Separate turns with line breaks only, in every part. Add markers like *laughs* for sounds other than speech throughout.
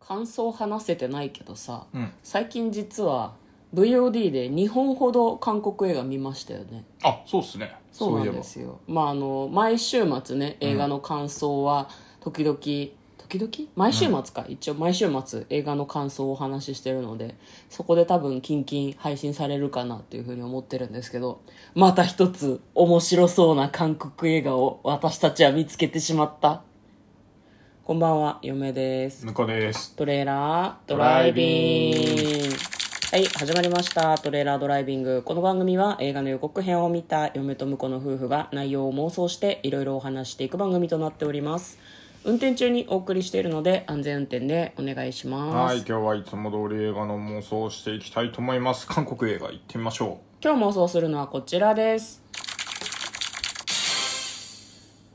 感想話せてないけどさ、
うん
最近実は VOD で2本ほど韓国映画見ましたよね
あそうっすね
そう
い
な
え
ん
ば
ですよまああの毎週末ね映画の感想は時々、時々毎週末か、一応毎週末映画の感想をお話ししてるのでそこで多分キンキン配信されるかなっていうふうに思ってるんですけどまた一つ面白そうな韓国映画を私たちは見つけてしまったこんばんは嫁です
向こうです
トレーラードライビング。はい、始まりました。トレーラードライビング。この番組は映画の予告編を見た嫁と婿の夫婦が内容を妄想していろいろお話していく番組となっております。運転中にお送りしているので安全運転でお願いしま
はい
す。
今日はいつも通り映画の妄想をしていきたいと思います韓国映画行ってみましょ
今日妄想するのはこちらです。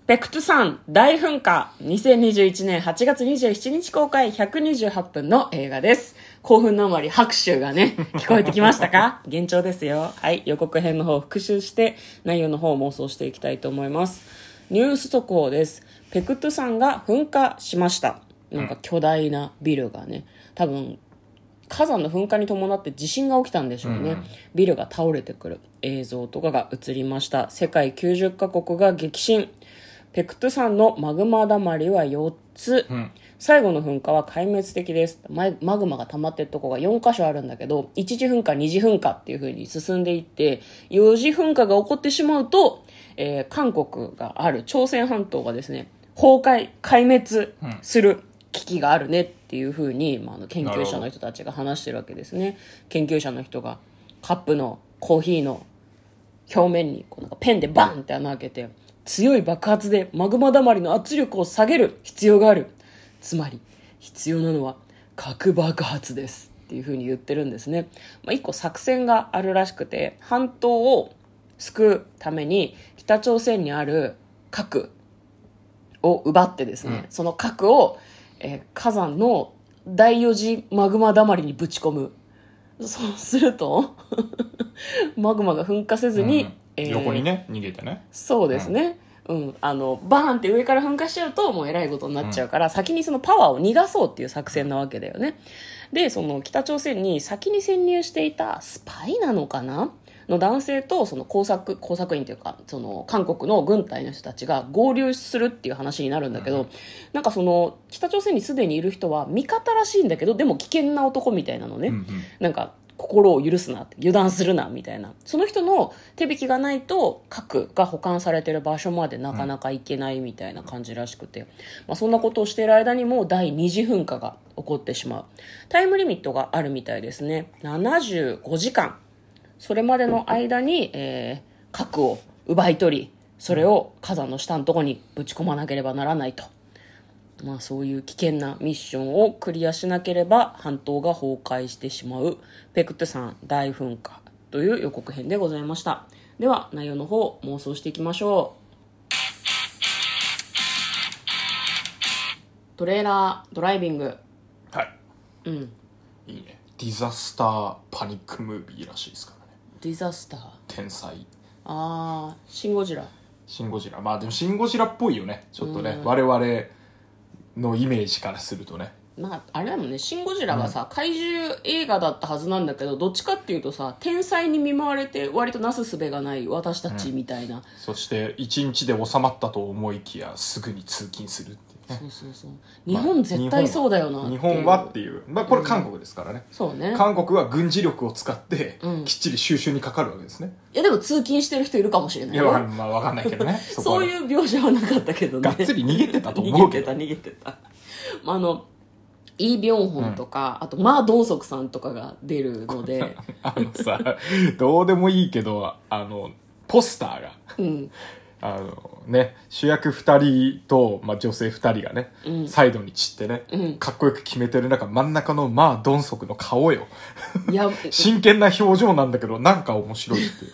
ベクトゥ山大噴火2021年8月27日公開128分の映画です。興奮のあまり拍手がね、聞こえてきましたか幻聴ですよ。はい、予告編の方を復習して内容の方を妄想していきたいと思います。ニュース速報です。ペクトゥ山が噴火しました。なんか巨大なビルがね、多分火山の噴火に伴って地震が起きたんでしょうね、ビルが倒れてくる映像とかが映りました世界90カ国が激震ペクトゥ山のマグマだまりは4つ、最後の噴火は壊滅的ですマイマグマが溜まってるとこが4箇所あるんだけど1次噴火2次噴火っていう風に進んでいって4次噴火が起こってしまうと、えー韓国がある朝鮮半島がですね崩壊壊滅する危機があるねっていう風に、まあ、あの研究者の人たちが話してるわけですね研究者の人がカップのコーヒーの表面にこうなんかペンでバンって穴開けて強い爆発でマグマだまりの圧力を下げる必要があるつまり必要なのは核爆発ですっていうふうに言ってるんですね、まあ、一個作戦があるらしくて半島を救うために北朝鮮にある核を奪ってですね、その核を、えー火山の第4次マグマだまりにぶち込むそうすると *laughs* マグマが噴火せず
う、
に、
うん
えー
横にね逃げてね
そうですね、うんあのバーンって上から噴火しちゃうともうえらいことになっちゃうから、先にそのパワーを逃がそうっていう作戦なわけだよねでその北朝鮮に先に潜入していたスパイなのかなの男性とその工作工作員というかその韓国の軍隊の人たちが合流するっていう話になるんだけど、なんかその北朝鮮にすでにいる人は味方らしいんだけどでも危険な男みたいなのね、
うんうん
なんか心を許すなって油断するなみたいなその人の手引きがないと核が保管されてる場所までなかなか行けないみたいな感じらしくて、まあ、そんなことをしている間にもう第2次噴火が起こってしまうタイムリミットがあるみたいですね75時間それまでの間に、えー核を奪い取りそれを火山の下のとこにぶち込まなければならないとまあ、そういう危険なミッションをクリアしなければ半島が崩壊してしまうペクトゥ山大噴火という予告編でございましたでは内容の方妄想していきましょうトレーラードライビング
はい
うん
いいねディザスターパニックムービーらしいですからね
ディザスター
天才
あーシン・ゴジラ
シン・ゴジラまあでもシン・ゴジラっぽいよねちょっとね、我々のイメージからするとね
まあ、あれだもんね「シン・ゴジラ」がさ、怪獣映画だったはずなんだけどどっちかっていうとさ天才に見舞われて割となすすべがない私たちみたいな、
そして一日で収まったと思いきやすぐに通勤するっていうね
そうそうそう日本絶対そうだよなっていう
日本はっていう、まあ、これ韓国ですからね、
そうね
韓国は軍事力を使って
うん
きっちり収集にかかるわけですね、
いやでも通勤してる人いるかもしれない
い
よ
やわかん,、まあ、わかんないけど
*laughs*
ね
そ
こは
う
ね
いう描写はなかったけどね
がっつり逃げてたと思
逃
う
げ
け
てた
ど
逃げてたまああのイ・ビョンホンとか、あとマー・ドンソクさんとかが出るので、
*laughs* あのさどうでもいいけどあのポスターが
うん、
あのね主役2人と、まあ、女性2人がね、
うん
サイドに散ってね、
うん
かっこよく決めてる中真ん中のまあドンソクの顔よ
いや
真剣な表情なんだけどなんか面白いっ
*laughs*
ていう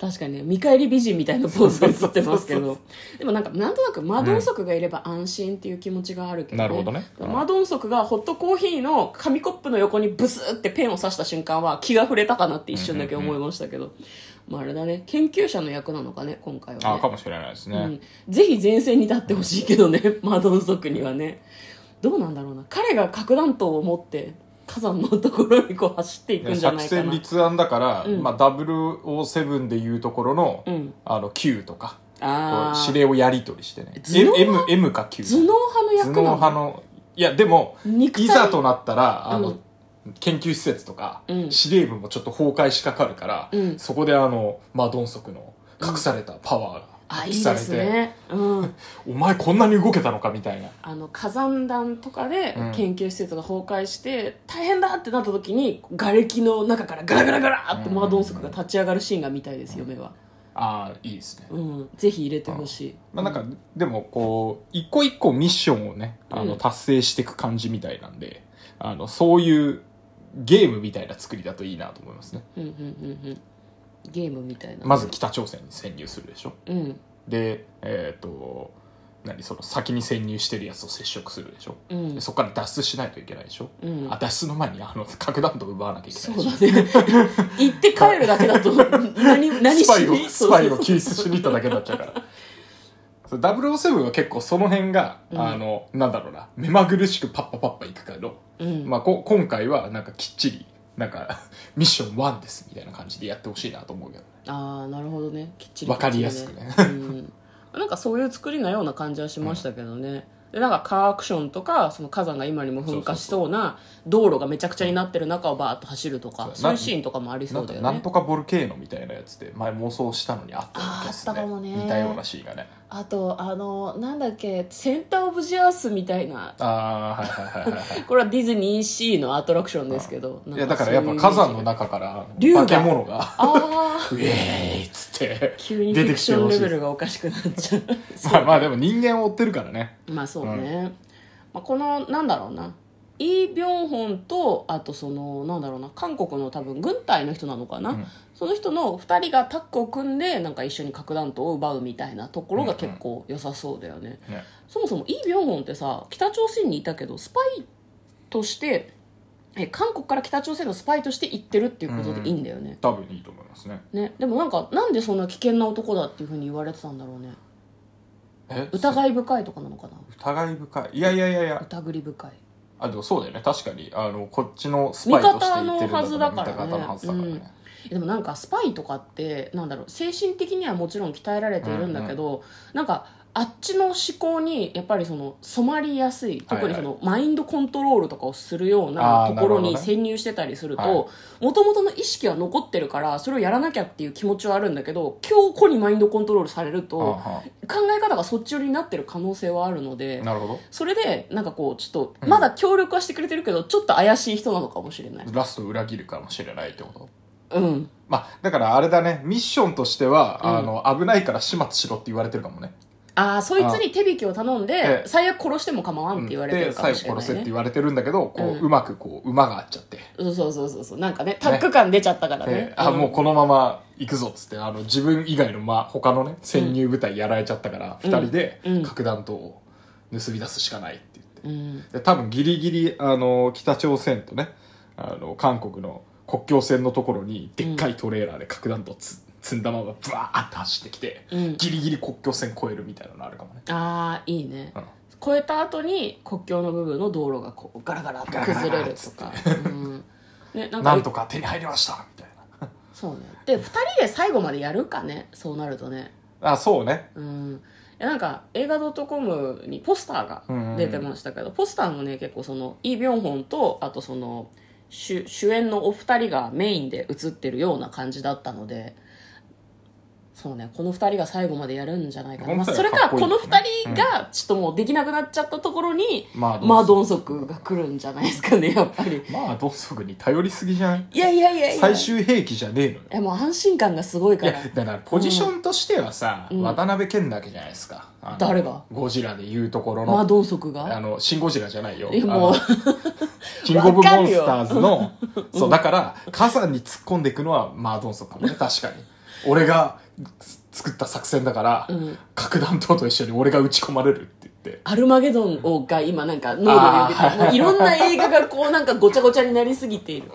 確かにね見返り美人みたいなポーズが映ってますけ
そうそう
どでもなんかなんとなくマドンソクがいれば安心っていう気持ちがあるけど、ね
なるほどねうん
マドンソクがホットコーヒーの紙コップの横にブスってペンを刺した瞬間は気が触れたかなって一瞬だけ思いましたけど、まあ、あれだね研究者の役なのかね今回はね
あかもしれないですね、
*laughs* うん、ぜひ前線に立ってほしいけどね、マドンソクにはね。どうなんだろうな彼が核弾頭を持って火山のところにこう走っていくんじゃ
作
ないか
戦
な、
立案だから、
うん
まあ、007でいうところの,、
うん
あの Q とかこ
あ
う
あ
指令をやり取りしてね
頭脳
M, M か Q
頭脳派の役
頭脳
なの
派のいやでも
肉体
いざとなったらあの、
うん
研究施設とか、
うん
司令部もちょっと崩壊しかかるから、
うん
そこであのマドンソクの隠されたパワーが
あい
発
い
揮さ
で
れ
す
て、
ね、うん、
お前こんなに動けたのかみたいな
あの火山弾とかで
うん
研究施設が崩壊して、大変だってなった時に瓦礫の中からガラガラガラってマドンソクが立ち上がるシーンが見たいですよ、目は、
ああいいですね、
うん、ぜひ入れてほしい、
まあ、なんかでもこう一個一個ミッションをねあ
う
の
ん
達成していく感じみたいなんで、あのそういうゲームみたいな作りだといいなと思いますね
うんうんうんうんゲームみたいな
まず北朝鮮に潜入するでしょ
うん
でえっ、と何その先に潜入してるやつを接触するでしょ、
うん
でそこから脱出しないといけないでしょ、
うん
あ脱出の前にあの核弾頭奪わなきゃいけ
そ
ないうでしょ
だね *laughs* 行って帰るだけだと何何
スパイを
しに
スパイ
そ
を
うそう
救出しに行っただけになっちゃうからそう007は結構その辺が、
うん
あのなんだろうな目まぐるしくパッパパッパいくけど、
そううん
まあ、こ今回はなんかきっちりなんか *laughs* ミッション1ですみたいな感じでやってほしいなと思うけど
ああなるほどねきっちり
わかりやすくね
きっちりねうん、なんかそういう作りのような感じはしましたけどね、でなんかカーアクションとかその火山が今にも噴火しそうな道路がめちゃくちゃになってる中をバーッと走るとか
そう
そういうシーンとかもあり
な
そ
ん
うだ
か
よ
なん
ね
とかボルケーノみたいなやつで前妄想したのにあったような気がする
あーあったかもね
似たようなシーンがね
あとあのなんだっけセンター・オブ・ジ・アースみたいな
ああはいはいはいはい *laughs*
これはディズニーシーのアトラクションですけど
いやだからやっぱ火山の中から
竜が
化け物が
ああ
「ウェーイ!」っつって
急にフ
出
ィ
て
ク
き
シ
て
ョン
ほし
レベ
いです
ルがおかしくなっちゃ
*laughs*
う
まあまあでも人間を追ってるからね
まあそうね、まあ、このなんだろうなイ・ビョンホンとあとそのなんだろうな韓国の多分軍隊の人なのかな、
うん
その人の2人がタッグを組んでなんか一緒に核弾頭を奪うみたいなところが結構良さそうだよね、
ね
そもそもイ・ビョンホンってさ北朝鮮にいたけどスパイとしてえ韓国から北朝鮮のスパイとして行ってるっていうことでいいんだよね、
多分いいと思いますね
ね、でもなんかなんでそんな危険な男だっていうふうに言われてたんだろうね
え
疑い深いとかなのかな
疑い深いいやいやいやいや
疑り深い
あでもそうだよね確かにあのこっちのスパイとして言ってるんだ
味方のはずだからね
味方のはずだからね、
うんでもなんかスパイとかってなんだろう精神的にはもちろん鍛えられているんだけど、なんかあっちの思考にやっぱりその染まりやすい特にそのマインドコントロールとかをするような
あ
と
ー
ころ
なるほ
に
どね
潜入してたりする
はい
ともともとの意識は残ってるからそれをやらなきゃっていう気持ちはあるんだけど強固にマインドコントロールされる
あ
と
は
考え方がそっち寄りになってる可能性はあるので。
なるほ
それでなんかこうちょっとまだ協力はしてくれてるけど、ちょっと怪しい人なのかもしれない
どラスト裏切るかもしれないってこと
うん
まあだからあれだねミッションとしては、
うん
あの危ないから始末しろって言われてるかもね
ああそいつに手引きを頼んで
ええ
最悪殺しても構わんって言われてる
で
かも
最
しれ
後
な
殺せって
いね
言われてるんだけどこう、
う
うんまくこう馬が合っちゃって、
そうそうそうそうそうなんかねタック感出ちゃったからね
であ
ん
もうこのまま行くぞっつってあの自分以外の、ま、他のね潜入部隊やられちゃったから、
うん
二人で
うん
核弾頭を盗み出すしかないって言って、
うん
で多分ギリギリあの北朝鮮とねあの韓国の国境線のところにでっかいトレーラーで核弾頭つ、積んだままブワーって走ってきて、
うん
ギリギリ国境線越えるみたいなのあるかもね、
ああいいね
うん
越えた後に国境の部分の道路がこうガラガラって崩れるとかうんねなん
な
か
んとか手に入りましたみたいな
そうねで2人で最後までやるかねそうなるとね
あそうね
うん、いやなんか映画 .com にポスターが出てましたけど、ポスターもね結構そのイ・ビョンホンとあとその主主演のお二人がメインで映ってるような感じだったのでそうねこの二人が最後までやるんじゃないかな、
こ
ま
の
あ、
二人
それ
か
か
っこいい
こ
よね
の二人がちょっともうできなくなっちゃったところに、
まあどうぞ
マドンソクが来るんじゃないですかねやっぱり
まあドンソクに頼りすぎじゃない
いやいやいやいや
最終兵器じゃねえのよ
えもう安心感がすごい
い
から
やだからポジションとしてはさ、
うん
渡辺謙だけじゃないですかあの
誰が
ゴジラでいうところの、
マドンソク
あ
が
の新ゴジラじゃないよ
いやもう
あのキングオブモン
わかる
ス
よ
ターズのそうだから火山に突っ込んでいくのはマードンソクかもね確かに俺がつ作った作戦だから、
ん
核弾頭と一緒に俺が撃ち込まれるって言って
アルマゲドンをが今なんか脳裏に浮いて
あ
るいろんな映画がこうなんかごちゃごちゃになりすぎている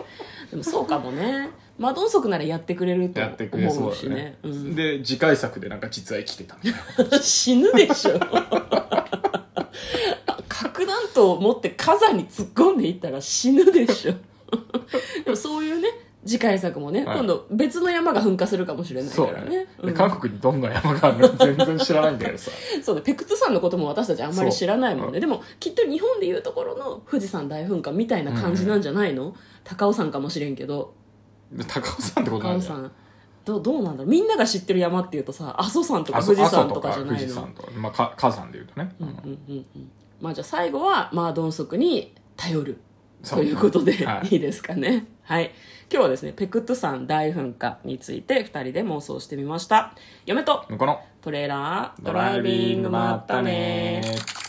でもそうかもねマドンソクならやってくれると
やってくれ
思
そう
う
だ
し
よ
ね
ね、で次回作でなんか実は生きてたみたいな
うん死ぬでしょ *laughs* 核弾トを持って火山に突っ込んでいったら死ぬで
*laughs*
しょでもそういうね次回作もね、
はい
今度別の山が噴火するかもしれないか
そうだ
らね
ね、
う
で
ん
韓国にどんな山があるのか全然知らないんだけ
*laughs*
どさ
そうだペクトゥ山のことも私たちあんまり知らないもん
そう
ねでもきっと日本でいうところの富士山大噴火みたいな感じなんじゃないの、高尾山かもしれんけど
で高尾山ってこと
高
なん
尾
だよ
山どうどうなんだろうみんなが知ってる山っていうとさ阿蘇山とか
阿蘇
富士
阿蘇
山
と
とか
か
じゃ
富
ない
士
の
山とか、まあ、か火山でいうとね、
うんうんうんうんまあじゃあ最後はマードンソクに頼る
そう
ということで、、
はいい
いですかねはい今日はですねペクトゥ山大噴火について2人で妄想してみました嫁と
向こうの
トレーラードライビングまったね
ー